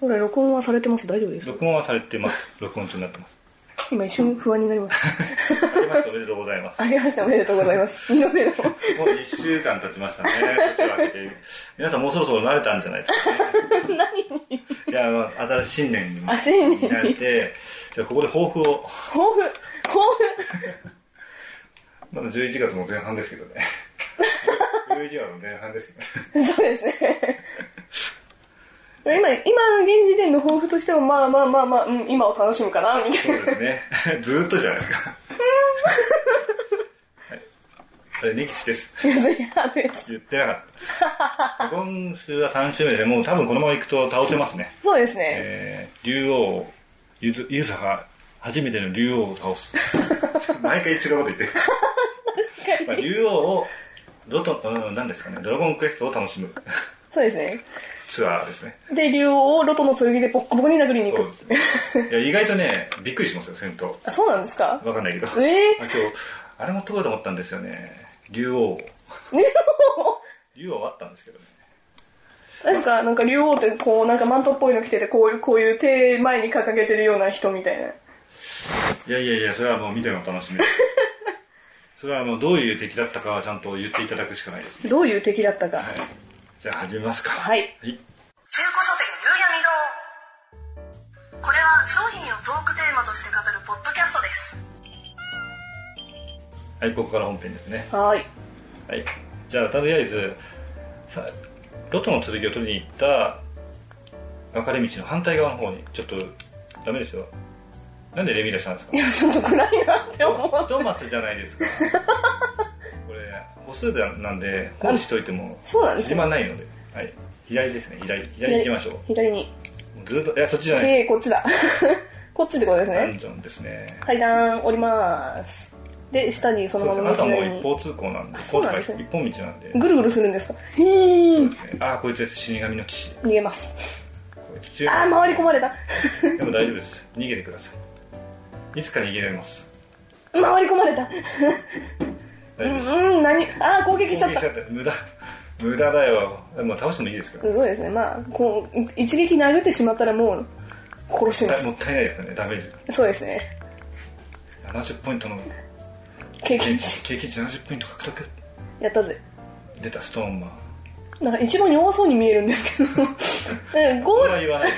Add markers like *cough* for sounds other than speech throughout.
これ録音はされてます大丈夫です録音はされてます。録音中になっ *laughs* てます。今一瞬不安になりました。あけましておめでとうござい *laughs* ます。ありました、おめでとうござい *laughs* ます。二度目の。もう1週間経ちましたね。こを開けて。皆さんもうそろそろ慣れたんじゃないですか。何にいや、まあ新しい新年にもあ新年に慣れて、じゃあここで抱負を、抱負抱まだ11月も前半ですけどね。11月の前半です *laughs* ね。負そうですね。 *laughs* 今、今の現時点の抱負としても、まあまあまあまあ、うん、今を楽しむかな、みたいそな。うですね。ずーっとじゃないですか。はい。あれ、吉です。嫌です。言ってなか *laughs* った。今週は3週目で、もう多分このまま行くと倒せますね。そうですね。えー、竜王ゆずゆずはが初めての竜王を倒 *laughs* す毎回違うこと言ってる、確まかあ、に。竜王をロト、うん、なんですかねドラゴンクエストを楽しむそうですね。ツアーですねで、竜王をロトの剣でボッコボコに殴りに行そうくで。すねいや意外とねびっくりしますよ戦闘あ、そうなんですかわかんないけど、えあ今日あれ持ってこようと思ったんですよね竜王ー、竜王竜王あったんですけどね何ですかなんか竜王ってこう、なんかマントっぽいの着てて、こういう、こういう手前に掲げてるような人みたいな。いやいやいやそれはもう見てのお楽しみそれはもうどういう敵だったかはちゃんと言っていただくしかないですどういう敵だったか。じゃあ始めますかはいはい中古書店ゆうやみ堂これは商品をトークテーマとして語るポッドキャストですはい、ここから本編ですね。はーい。はい。じゃあ、とりあえず、さロトの剣を取りに行った分かれ道の反対側の方に、ちょっと、ダメですよ。なんでレミラしたんですかいや、ちょっと暗いなって思トう。トマスじゃないで *laughs* すか。これ、歩数でなんで、放置しといても、そうなんです縮よまんないので。はい。左ですね、左。左行きましょう。左に。もうずっと、いや、そっちじゃないでえー、こっちだ。 *laughs* こっちってことですす。ダねン。ジョンですね。階段降ります。で、下にそそのうでますまね。あとはもう一に。方通行なんで、そうなんです一ね本道なんで。ぐるぐるするんですかへー。ああ、こいつ死神の騎士。逃げます。こいつ強いあー、回り込まれた。 *laughs* でも大丈夫です。逃げてください。いつか逃げられます。回り込まれた。大う丈夫ん、です。うん、何あー、攻撃しちゃっ攻た撃しち。ゃった無駄。無駄だよ。もう倒してもいいですから。そうですね。まあ、こう、一撃殴ってしまったらもう、殺してまもったいないですからね、ダメージ。す。そうですね。 70ポイントの経験経験値。値、経験値70ポイント獲得。やったぜ。出た、ストーンマン。なんか一番弱そうに見えるんですけ *laughs* ど。えこゴれは言わないか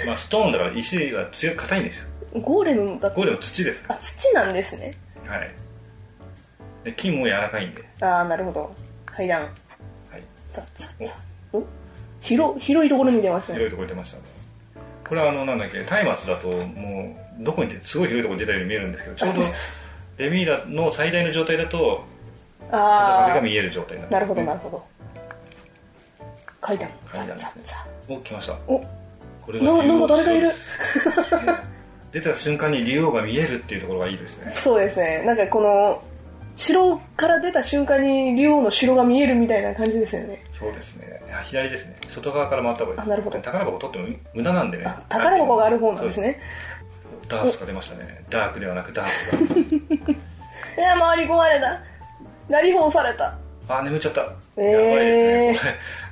ら。まあ、ストーンだから石は強い、硬いんですよ。ーゴーレムだこと。れでも土ですかあ、土なんですね。ら。はい。で、金も柔らかいんで。あー、なるほど。階段。はい。ザッザお、ッお広、広いところに出ました広ね。いところ出ましたね。これはあの、なんだっけ、松明だと、もう、どこに出、すごい広いところに出たように見えるんですけど、ちょうど、レミーラの最大の状態だと、あ壁がー、見える状態になる、なるほど、なるほど。階段。ザ階ッ段でザすねッザッお、来ました。お、これななんか誰かいる竜王ですね *laughs* 出た瞬間に竜王が見えるっていうところがいいですね。そうですね。なんかこの、城から出た瞬間に竜王の城が見えるみたいな感じですよね。そうですね。あ左ですね。外側から回った方がいいです。あなるほど宝箱取っても無駄なんでねあ。宝箱がある方なんですね。そうです。ダースが出ましたね。ダークではなくダースいや、回り込まれた。ラリフォーされた。が。あ、眠っちゃった。えーやばいですね。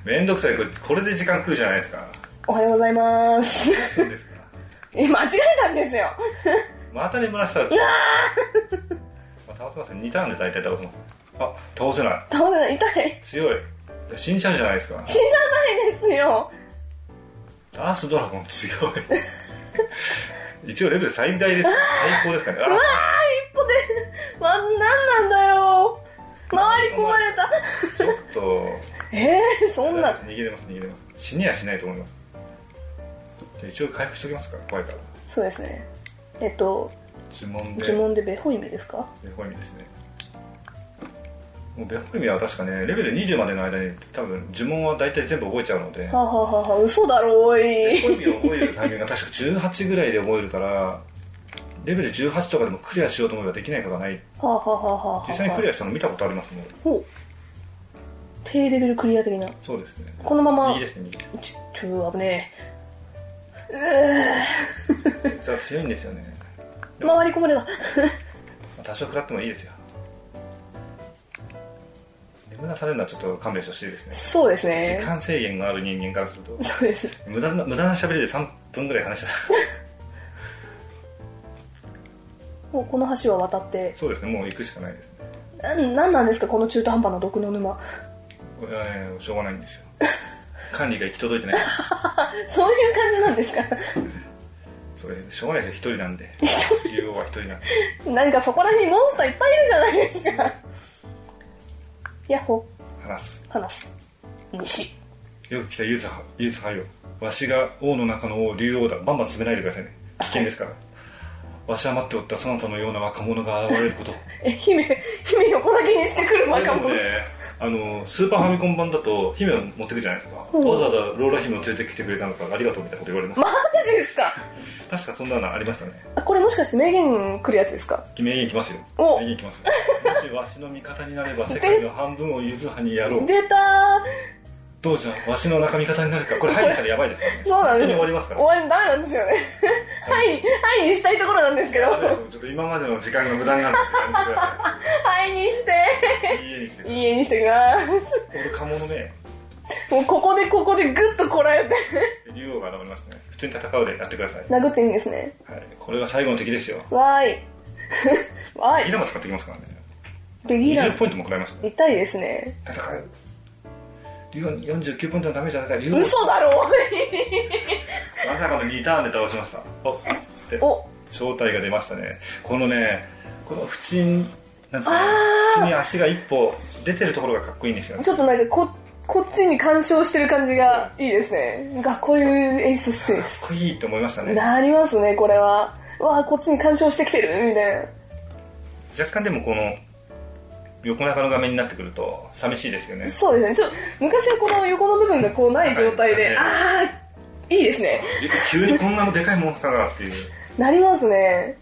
これ、めんどくさい。これ、これで時間食うじゃないですか。おはようございます。そうですか。え、間違えたんですよ。また眠らせたら。 *laughs* まあ倒せません。2ターンで大体倒せます。あ、倒せない。倒せない、痛い。強い。いや死んじゃうじゃないですか。死なないですよ。ダースドラゴン強い。 *laughs* 一応レベル最大です。最高ですからね。うわー、一歩で。ま、なんなんだよ。回り込まれた。あちょっと、えー、そんな。逃げれます、逃げれます。死にはしないと思います。じゃあ一応回復しときますか、怖いから。そうですね。えっと、呪文で、呪文でベホイミですかベホイミですね。もうベホイミは確かね、レベル20までの間に多分呪文は大体全部覚えちゃうので、はあ、はあはあはあ、嘘だろおベい。ホイミを覚えるタイミングが確か18ぐらいで覚えるから、レベル18とかでもクリアしようと思えばできないことはない。はあ、はあはあはあ、実際にクリアしたの見たことありますもん。ほう。低レベルクリア的な。そうですね。このまま右ですね、右です。ちょ、ちょ、危ねそれは強いんですよね。え。回り込まれた。 *laughs* 多少食らってもいいですよ。眠無駄されるのはちょっと勘弁してほしいですね。そうです時ね。間制限がある人間からすると、そうです。無駄な、無駄な喋りで3分ぐらい話した。もうこの橋を渡って、そうですね、もう行くしかないですね。なんなんなんですか、この中途半端な毒の沼。これはね、しょうがない *laughs* んですよ。管理が行き届いてない。そういう感じなんですか。それ、しょうがないですよ、一人なんで。竜王は一人なんで。なんかそこら辺にモンスターいっぱいいるじゃないですか。ヤッホ話す。ー、話す。西。よく来た、ゆうつは、ゆうつはよ。わしが王の中の王、竜王だ。バンバン進めないでくださいね。危険ですから。わしは待っておったそなたのような若者が現れること。え、姫、姫横だけにしてくるあバでカも者。ね、あの、スーパーファミコン版だと、姫を持ってくじゃないですか。うんわざわざローラ姫を連れてきてくれたのか、ありがとうみたいなこと言われましマジですかた。確かそんなのありましたね。あ、これもしかして名言来るやつですか名言いきますよ。お名言いきますよ。もしわしの味方になれば、世界の半分をゆずはにやろう。出たーどうじゃ、わしの中味方になるか。これ入ったらやばいですからね。そうなんですよ。本当に終わりますから。終わり、ダメなんですよね。はい、はいにしたいところなんですけど。あれはちょっと今までの時間が無駄になるんでやめてくださいにして。い。いい家にしている。い絵にしてきます。俺、カモのね、もうここでここでグッとこらえて。竜王が現れましたね。普通に戦うでやってください。殴っていいんですね。はい。これが最後の敵ですよ。わーい。わギーい。ラも使ってきますからね。ベギーラ20ン。ポイントも食らいましたね。痛いですね。戦う。竜王に49ポイントのダメージを与えた竜王。嘘だろまさかの2ターンで倒しました。おでお、正体が出ましたね。このね、この縁、なんですかねあー、縁に足が一歩出てるところがかっこいいんですよね。ちょっとなんかこ、こっちに干渉してる感じがいいですね。なんかこういう演出好きです。かっこいいと思いましたね。なりますね、これは。わあ、こっちに干渉してきてるみたいな。若干でもこの横長の画面になってくると寂しいですよねそうですね。ちょっと、昔はこの横の部分がこうない状態で、はいあー、いいですね。急にこんなのでかいモンスターがっていうなりますね。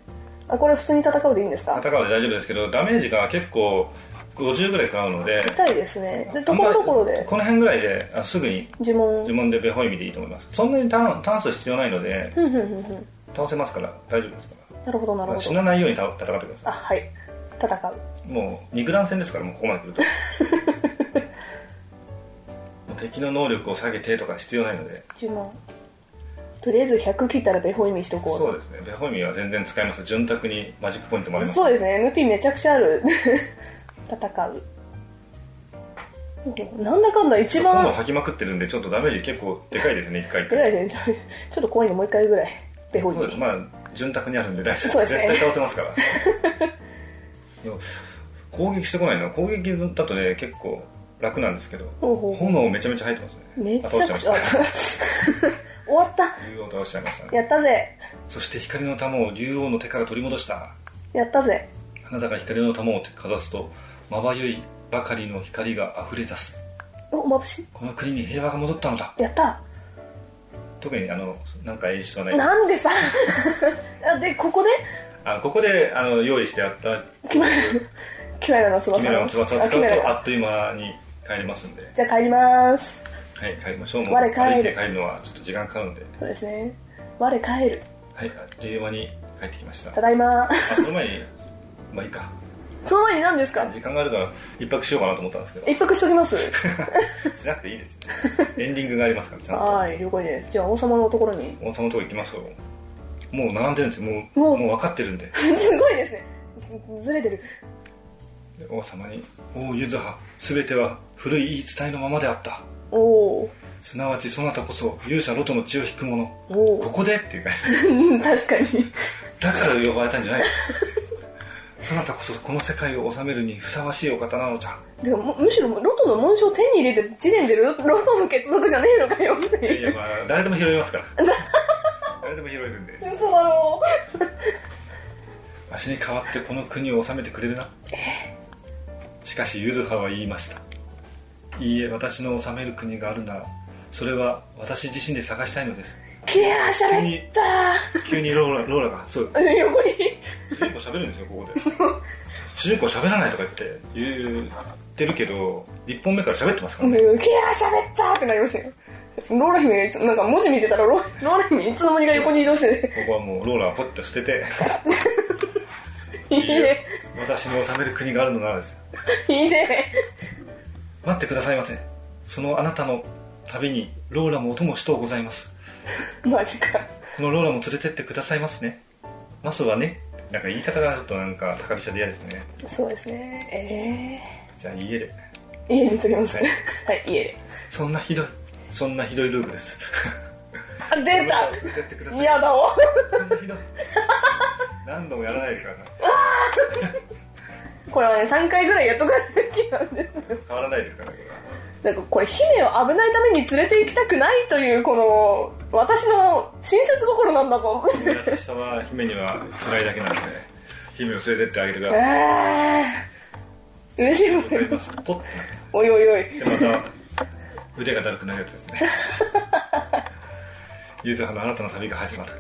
あ、これ普通に戦うでいいんですか戦うので大丈夫ですけどダメージが結構50ぐらい食らうので痛いですね。で、ところどころあんまりでこの辺ぐらいであすぐに呪文。呪文でベホイミでいいと思いますそんなにターンターン数必要ないのでふんふんふんふん。倒せますから大丈夫ですかなるほど、なるらほ死ど。なないようにた戦ってくだあ、さはい。戦う。いもう肉弾戦ですからもうここまで *laughs* 来るともう敵の能力を下げてとか必要ないので呪文。とりあえず100切ったらベホ意味しとこう。そうですねベホイミは全然使えます潤沢にマジックポイントもありますそうですね MP めちゃくちゃある *laughs* 戦うなんだかんだ一今度番吐きまくってるんでちょっとダメージ結構でかいですね一回ぐらいで *laughs* ちょちょっと怖いのもう一回ぐらいベホイそうですにまあ潤沢にあるんで大丈そ夫うでですすね絶対倒せますから *laughs* でも攻撃してこないの攻撃だとね結構楽なんですけどほうほうほ炎めちゃめちゃ入ってますねめちゃあく倒しちゃまあした *laughs* 終わった竜王倒しちゃいましたねやったぜそして光の玉を竜王の手から取り戻したやったぜあなたが光の玉をかざすとまばゆいばかりの光が溢れ出すお眩しいこの国に平和が戻ったのだやった特にあのなんか演出はないなんでさ *laughs* あでここであここであの用意してあったキメキメラの翼キメラの翼をあ使キうメラとがあっという間に帰りますんで、じゃあ帰りますはい、帰りましょう。もう我帰る歩いて帰るのはちょっと時間かかるんで、そうですね我帰るはい、あっという間に帰ってきました。たあ、だいまその前に、まあいいか。その前に何ですか時間があるから一泊しようかなと思ったんですけど、一泊しときます *laughs* しなくていいですよ。エンディングがありますから、ちゃんと。はい、了解です。じゃあ、王様のところに。王様のとこ行きますよ。もう並んでるんですもう、ももうう分かってるんで。すごいですね。ずれてる。で王様に、おゆずは、すべては古い言い伝えのままであった。おおすなわちそなたこそ勇者ロトの血を引く者。ーおこーこでっていうか、 *laughs* *laughs* 確かに。だから呼ばれたんじゃないそなたこそこの世界を治めるにふさわしいお方なのじゃでも、むむしろ、ロトの紋章を手に入れて、時点でロロトの血族じゃねえのかよ、みたいやいいやまあ誰でも拾 *laughs* えますから誰でも拾えるんでな。嘘だろわしに代わってこの国を治めてくれるなしかしゆずはは言いましたいいえ私の治める国があるならそれは私自身で探したいのですう。キレラ喋った急にローラローラがそうー。横に。主人公喋るんですよここで主人公喋らないとか言って言ってるけど1本目から喋ってますからねうんキレラ喋ったーってなりましたよ。ローラ姫が、なんか文字見てたらロ、ローラ姫いつの間にか横に移動してて、ここはもうローラをポッと捨てていいね、私の治める国があるのならですよいいね。待ってくださいませそのあなたの旅にローラもお供しとうございますマジか。このローラも連れてってくださいますねマスはねなんか言い方がちょっとなんか高飛車で嫌ですねそうですね。じゃあ家でえー、家で撮ります。ははいい、家で。そんなひどいそんなひどいルールですあ、出た連れてってください嫌だわ。 *laughs* そんなひどい何度もやらないでくださいこれはね、3回ぐらいやっとかないといけないんですよ。変わらないですからねなんかこれ、姫を危ないために連れて行きたくないという、この、私の親切心なんだぞ。これは優しさは姫には辛いだけなので姫を連れてってあげてくだえさいー、嬉しいですわかりねま。すポッておいおいおい。でまた腕がだるくなるやつですねゆずはの新たな旅が始まる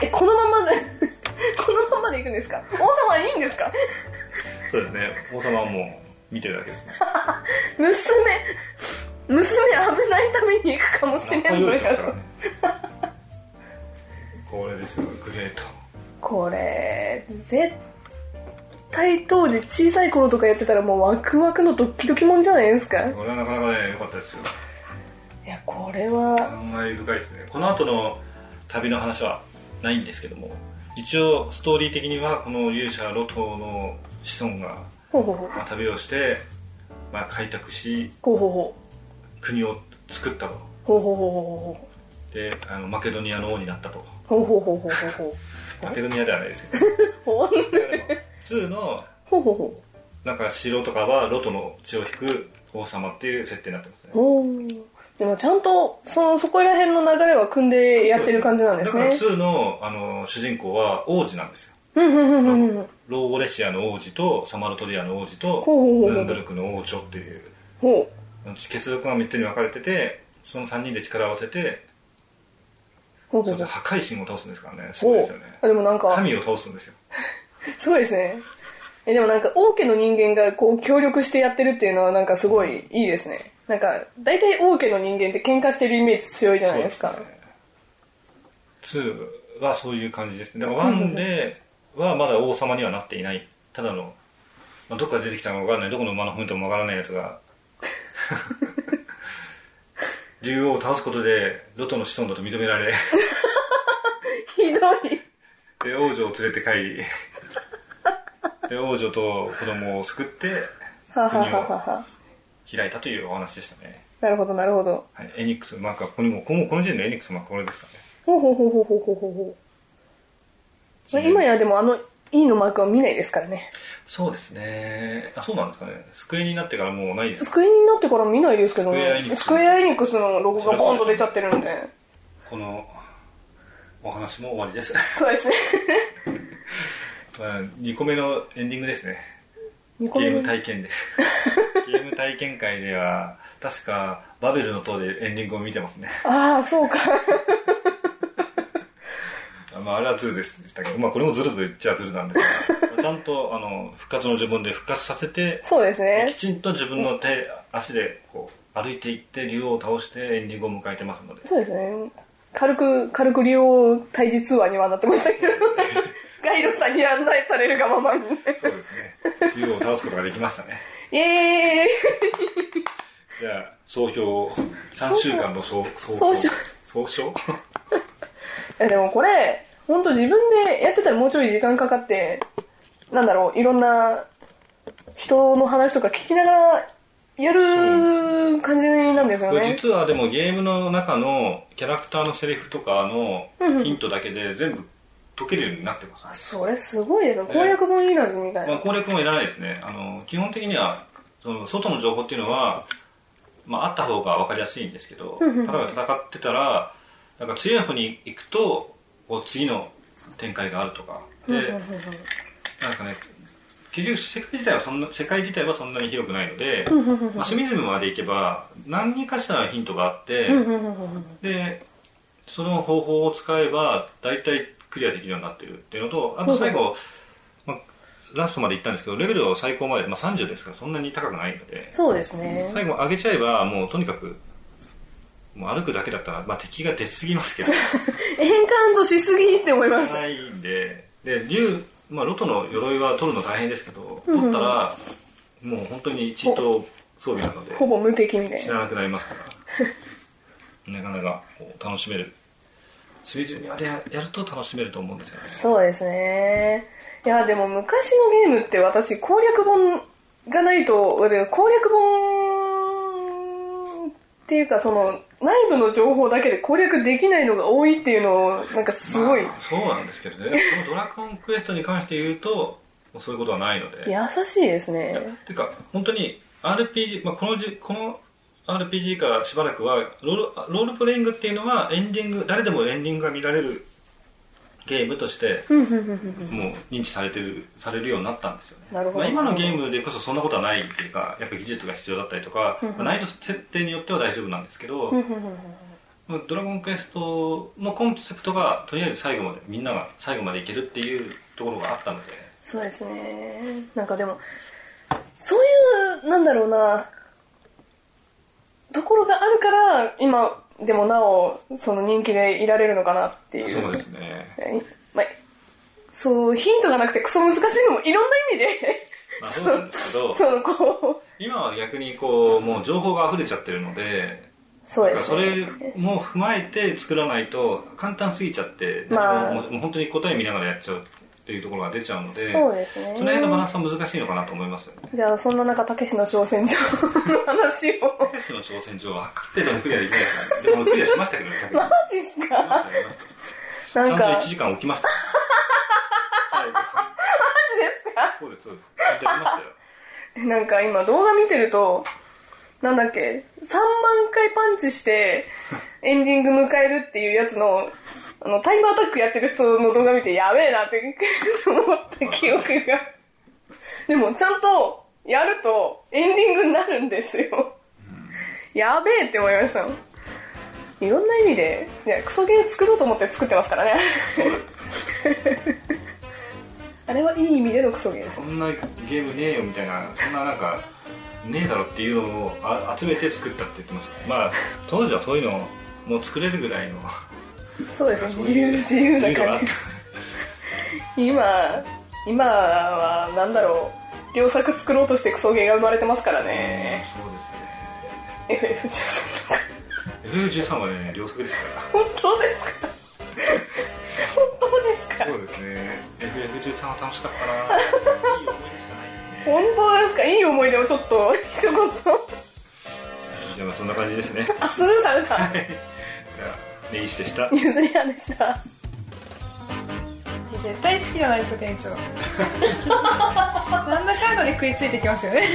え、このままで、このままで行くんですか王様はいいんですかそうですね王様はもう見てるだけですね娘、娘危ないために行くかもしれあん用の意しまやしたからねこれですよグレートこれ、絶対当時小さい頃とかやってたらもうワクワクのドッキドキもんじゃないですかいこれはなかなかね良かったですよや、これは、感慨深いですねこの後の旅の話はないんですけども一応ストーリー的にはこの勇者ロトの子孫が、ほうほうほう。まあ、旅をして、まあ、開拓しほうほうほ国を作ったとう。ほうほうほであのマケドニアの王になったとうほうほう。ほうほうほうほうほうほう。マケドニアではないですけどほういやでも2のほうほうほなんか城とかはロトの血を引く王様っていう設定になってますねう。ほう。でもちゃんと、その、そこら辺の流れは組んでやってる感じなんですだねか。ら2のあの主人公は王子なんですようんうんうんうんうん。ローゴレシアの王子とサマルトリアの王子ほとうほうほうヌンブルクの王女っていうほう。血族が3つに分かれててその3人で力を合わせてほうそほうほれでう。破壊神を倒すんですからねすごほいうですよねあでもなんか、神を倒すんですよすごいですね。え、でもなんか、王家の人間がこう協力してやってるっていうのはなんかすごいいいですね。なんか、大体王家の人間って喧嘩してるイメージ強いじゃないですか。そうですね2はそういう感じですねだから1ではまだ王様にはなっていないただの、まあ、どっから出てきたのか分からないどこの馬の糞とも分からないや *laughs* つが竜王を倒すことでロトの子孫だと認めら *laughs* れひどい。で王女を連れて帰りで王女と子供を救ってははははは。開いたというお話でしたね、なるほど、なるほど。はい、エニックスマークはここにもこのこの時点でエニックスマークはこれですかほうほうほうほうほうほうほうほう。ね今やでもあの、E のマークは見ないですからね。そうですねあそうなんですかね机になってからもうないですスクエアになってから見ないですけどスクエアエニね。ックススクエアエニックスのロゴがボンと出ちゃってるんで。このお話も終わりですそう *laughs* ですね。 *laughs* まあ2個目のエンディングですねニコゲームル体 *laughs* 験でゲーム体験会では確かバベルの塔でエンディングを見てますねああ、そうか。 *laughs* あまあ、あれはズルでしたけど、まあ、これもズルと言っちゃズルなんですけ *laughs* ど、ちゃんと、あの、復活の自分で復活させて、そうですねき。ちんと自分の手、足で、こう、歩いていって、竜王を倒して、エンディングを迎えてますので、そうですね。軽く、軽く利用退治ツアーにはなってました *laughs* けど、ガイドさんに案内されるがままにね。そうですね。竜王を倒すことができましたね。イエじゃあ、総評を、3週間の総、総評。総評総評ーイでもこれ、ほんと自分でやってたらもうちょい時間かかって、なんだろう、いろんな人の話とか聞きながらやる感じなんですよこれね。 *laughs* 実はでもゲームの中のキャラクターのセリフとかのヒントだけで全部解けるようになってます。それすごいですね。攻略本いらずみたいまあ、な。攻略もいらないですね。あの基本的にはその外の情報っていうのは、まあ、あった方が分かりやすいんですけど、例えば戦ってたら、なんか強い方に行くと、こう次の展開があるとか、で、なんかね、結局世界自体はそんな、世界自体はそんなに広くないので、まあ、隅々まで行けば、何かしらのヒントがあって、で、その方法を使えば、大体クリアできるようになってるっていうのと、あと最後、まあ、ラストまで行ったんですけど、レベルを最高まで、まあ、30ですから、そんなに高くないので、そうですね。最後上げちゃえば、もうとにかく、もう歩くだけだったら、まあ、敵が出すぎますけど、エンカウントしすぎって思いました。ないんで、で、竜、まあ、ロトの鎧は取るの大変ですけど、取ったら、もう本当にチートを装備なのでほぼ無敵みたい死な。ななくなりますから *laughs* なかなかこう楽しめる水準にあれややると楽しめると思うんですよねそうですね。いや、でも昔のゲームって私、攻略本がないと、で攻略本っていうか、その、内部の情報だけで攻略できないのが多いっていうのを、なんかすごい、まあそうなんですけどねこのドラゴンクエストに関して言うともうそういうことはないので優しいですいやね。てか本当に RPG、まあ、このじこの RPG からしばらくはロールロールプレイングっていうのはエンディング誰でもエンディングが見られるゲームとしてうんうんうんうんもう認知されてるされるようになったんですよねなるほどまあ、今のゲームでこそそんなことはないっていうかやっぱ技術が必要だったりとか、うんうんまあ難易度設定によっては大丈夫なんですけど、うんうんうんうんまあドラゴンクエストのコンセプトがとりあえず最後までみんなが最後までいけるっていうところがあったのでそうですね。なんかでも、そういう、なんだろうな、ところがあるから、今でもなお、その人気でいられるのかなっていう。そうですねえまあそう、ヒントがなくてクソ難しいのもいろんな意味で、まあそうなんですけど *laughs* そのこう、今は逆にこうもう情報が溢れちゃってるのでそうだでからすそれね。も踏まえて作らないと簡単すぎちゃって、まあもうもう本当に答え見ながらやっちゃうっていうところが出ちゃうのでそうですねその辺のバランスは難しいのかなと思いますよねじゃあそんな中、たけしの挑戦状の話を。私の挑戦状はある程度のクリアできないからでもクリアしましたけどね多分マジっすかやりま *laughs* しなたんちゃんとか1、時間置きました *laughs* 最後そうですそうですちゃんとやりましたよ *laughs* なんか今動画見てると、なんだっけ、3万回パンチしてエンディング迎えるっていうやつの、あの、タイムアタックやってる人の動画見てやべえなって *laughs* 思った記憶が。でもちゃんとやるとエンディングになるんですよ。やべえって思いましたもん。いろんな意味で、いや、クソゲー作ろうと思って作ってますからね。 *laughs* あれはいい意味でのクソゲーですそ。んなゲームねえよみたいなそんななんかねえだろっていうのをあ集めて作ったって言ってましたまあ当時はそういうのもう作れるぐらいのそうですね、自由、自由な感じが。今今はなんだろう両作作ろうとしてクソゲーが生まれてますからえねそうですね FF13 とか F13 はね両作ですか本当ですか本当ですからそうですね FF13 は楽し *laughs* かったないい思い出しかないですね本当ですかいい思い出をちょっと一言じゃあまあそんな感じですねあスルーされたはいじゃあ根岸でしたゆずりはんでした絶対好きじゃないですか店長なんだかんだで食いついてきますよね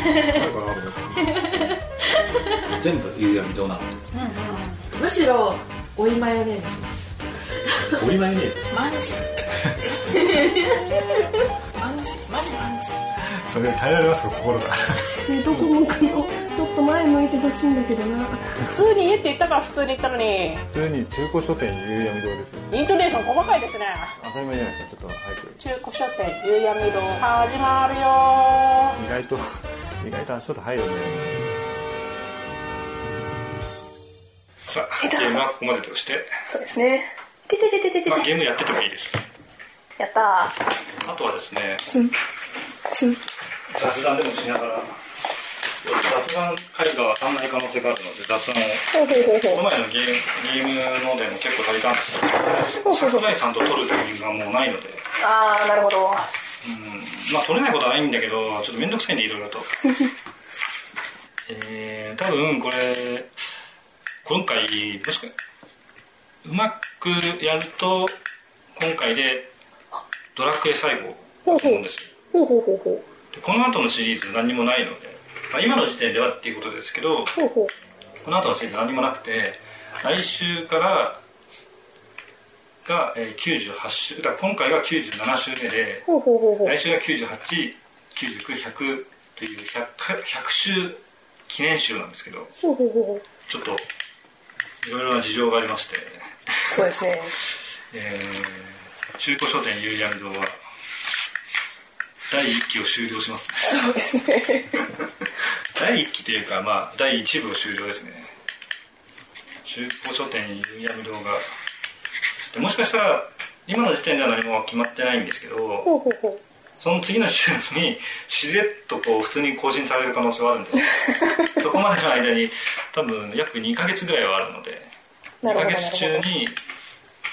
全部言う闇どうなのむしろおいマヨネーズしますおりまいねマンジマンジマジマンジそれ耐えられますか心がどこもくのちょっと前向いてほしいんだけどな普通に家って言ったから普通に言ったのに普通に中古書店夕闇堂ですよイントネーション細かいですね当たり前じゃないですかちょっと早く中古書店夕闇堂始まるよ意外と意外と足音入るねさあゲームはここまでとして、そうですねててててててまあ、ゲームやっててもいいですやったあとはですねーツンツン雑談でもしながら雑談会が当たんない可能性があるので雑談をほうほうほうこほの前のゲームゲームのでも結構足りたんですけど桜井さんと撮るタイミングがもうないのでうああなるほどうんまあ撮れないことはないんだけどちょっと面倒くさいんでいろいろと *laughs* えー、多分これ今回もしかうまくやると今回でドラクエ最後だと思うんですほうよほうほうほうでこの後のシリーズ何にもないので、まあ、今の時点ではっていうことですけどほうほうこの後のシリーズ何もなくて来週からがえー98週だから今回が97週目でほうほうほうほう来週が9899100という 100, 100週記念週なんですけどほうほうほうほうちょっといろいろな事情がありまして、そうですねえー中古書店ゆうやみ堂は第1期を終了しますねそうですね。第1期というか、まあ、第1部を終了ですね中古書店夕闇堂がでもしかしたら今の時点では何も決まってないんですけどほうほうほう。その次の週にしれっとこう普通に更新される可能性はあるん *laughs* ですよそこまでの間に多分約2ヶ月ぐらいはあるのでな2るほヶど月中に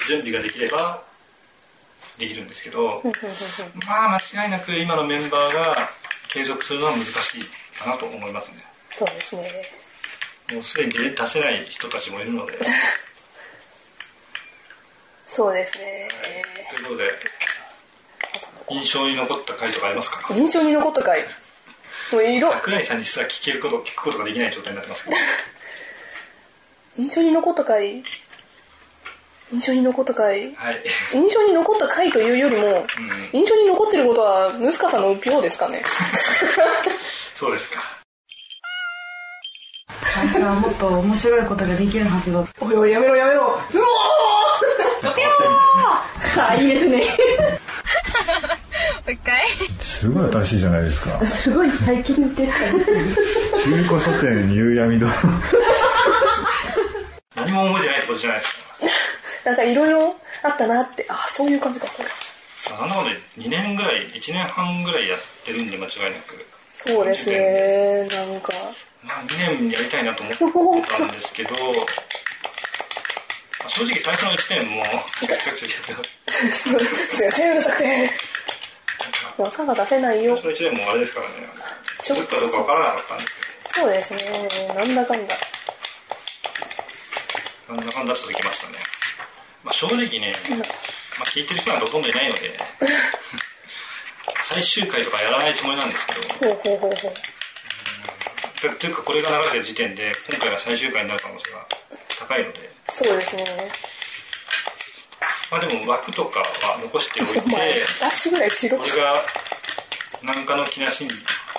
準備ができればできるんですけどまあ間違いなく今のメンバーが継続するのは難しいかなと思いますねそうですねもうすでに出せない人たちもいる *laughs* のでそうですねということで印象に残った回とかありますか印象に残った回もう色桜井さんにすら聞けること聞くことができない状態になってますけど印象に残った回印象に残った回はい印象に残った回というよりも、印象に残ってることはムスカさんの秒ですかねそうですか私はもっと面白いことができるはずだ。おいおいやめろやめろあ、いいですね。う一回すごい新しいじゃないですか。すごい最近出た。中古書店夕闇堂。何も覚えてないってことじゃないですかなんかいろいろあったなってあそういう感じかこれあんなこと2年ぐらい1年半ぐらいやってるんで間違いなくそうですねなんかまあ、2年やりたいなと思ってたんですけど、まあ正直最初の1年も、 *laughs* すいませんうるさくて技が出せない最よ初の1年もあれですからね、ちょ作っったとかどうかわからなかったんですそうですねなんだかんだけど、なんだかんだ続きましたね。まあ、正直ね、まあ、聞いてる人なんてほとんどいないの *laughs* で、最終回とかやらないつもりなんですけど、ほうほうほうほうとというかこれが流れてる時点で、今回が最終回になる可能性が高いので、そうですねまあでも枠とかは残しておい *laughs* て、お前足ぐらいしろこれが何かの気なしに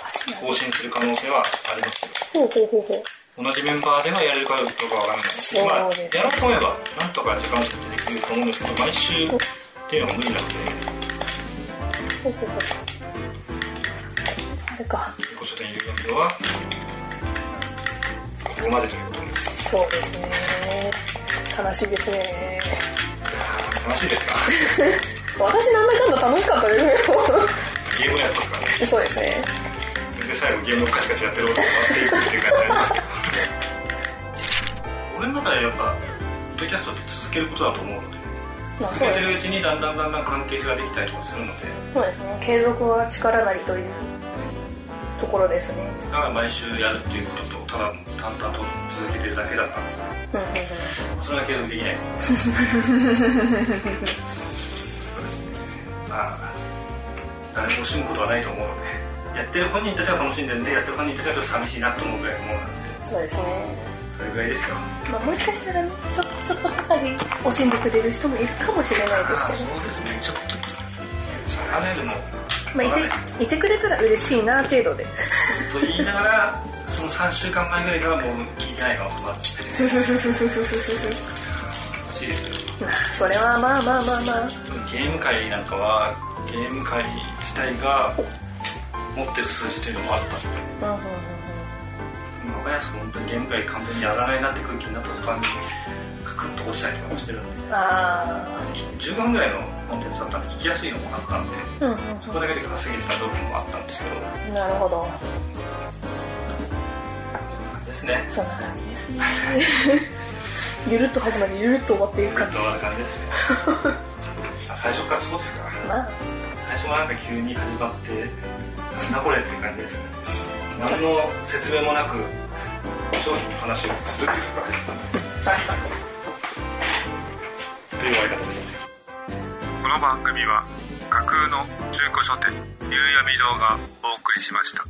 足ぐらい更新する可能性はありますけほうほうほうほうど同じメンバーではやれるかどうかわからないですそうまあ、やですねろうと思えばなんとか時間を設定できると思うんですけど毎週っていうのは無理なのでほうほうほうあれか自己書店有限度はここまでということですそうですね悲しいですね楽しいですか *laughs* 私なんだかんだ楽しかったですゲームやってますからねよ *laughs* そうですねで最後ゲームをカチカチやってることが終わっていくっていう感じになりますけど *laughs* 俺の中でやっぱポッドキャストって続けることだと思うのでまあそ続うけでてするうちにだんだんだんだん関係性ができたりとかするのでそうですね継続は力なりというところですねだから毎週やるっていうこととただ淡々と続けてるだけだったんですようんうんうんそれは継続できないそうですねまあ誰も惜しむことはないと思うのでやってる本人たちは楽しんでるんでやってる本人たちはちょっと寂しいなと思うぐらいのものなんでそうですねそれぐらいですよまあもしかしたらねちょちょっとばかり惜しんでくれる人もいるかもしれないですけどそうですねちょっとそれはねでもまあいていてくれたら嬉しいな程度でと言いながらその3週間前ぐらいからもう聞いてないかもしれない欲しいですけどそれはまあまあまあまあゲーム界なんかはゲーム界自体が持ってる数字というのもあっうたのでんうんうん若林君本当にゲーム界完全にやらないなって空気になった途端にカクッと落ちたりとかもしてるんでうんあ15分ぐらいのコンテンツだったんで聞きやすいのもあったんであうんうんそこだけで稼げてた部分もあったんですけどうんなるほどですねそんな感じです *laughs* ねゆるっと始まりゆるっと終わっていくグッ感じと終わる感じです *laughs* ねあ最初からそうですかまあ最初はなんか急に始まってなんだこれって感じですね何の説明もなく商品の話をするっていうかという終わり方ですねこの番組は架空の中古書店夕闇堂がお送りしました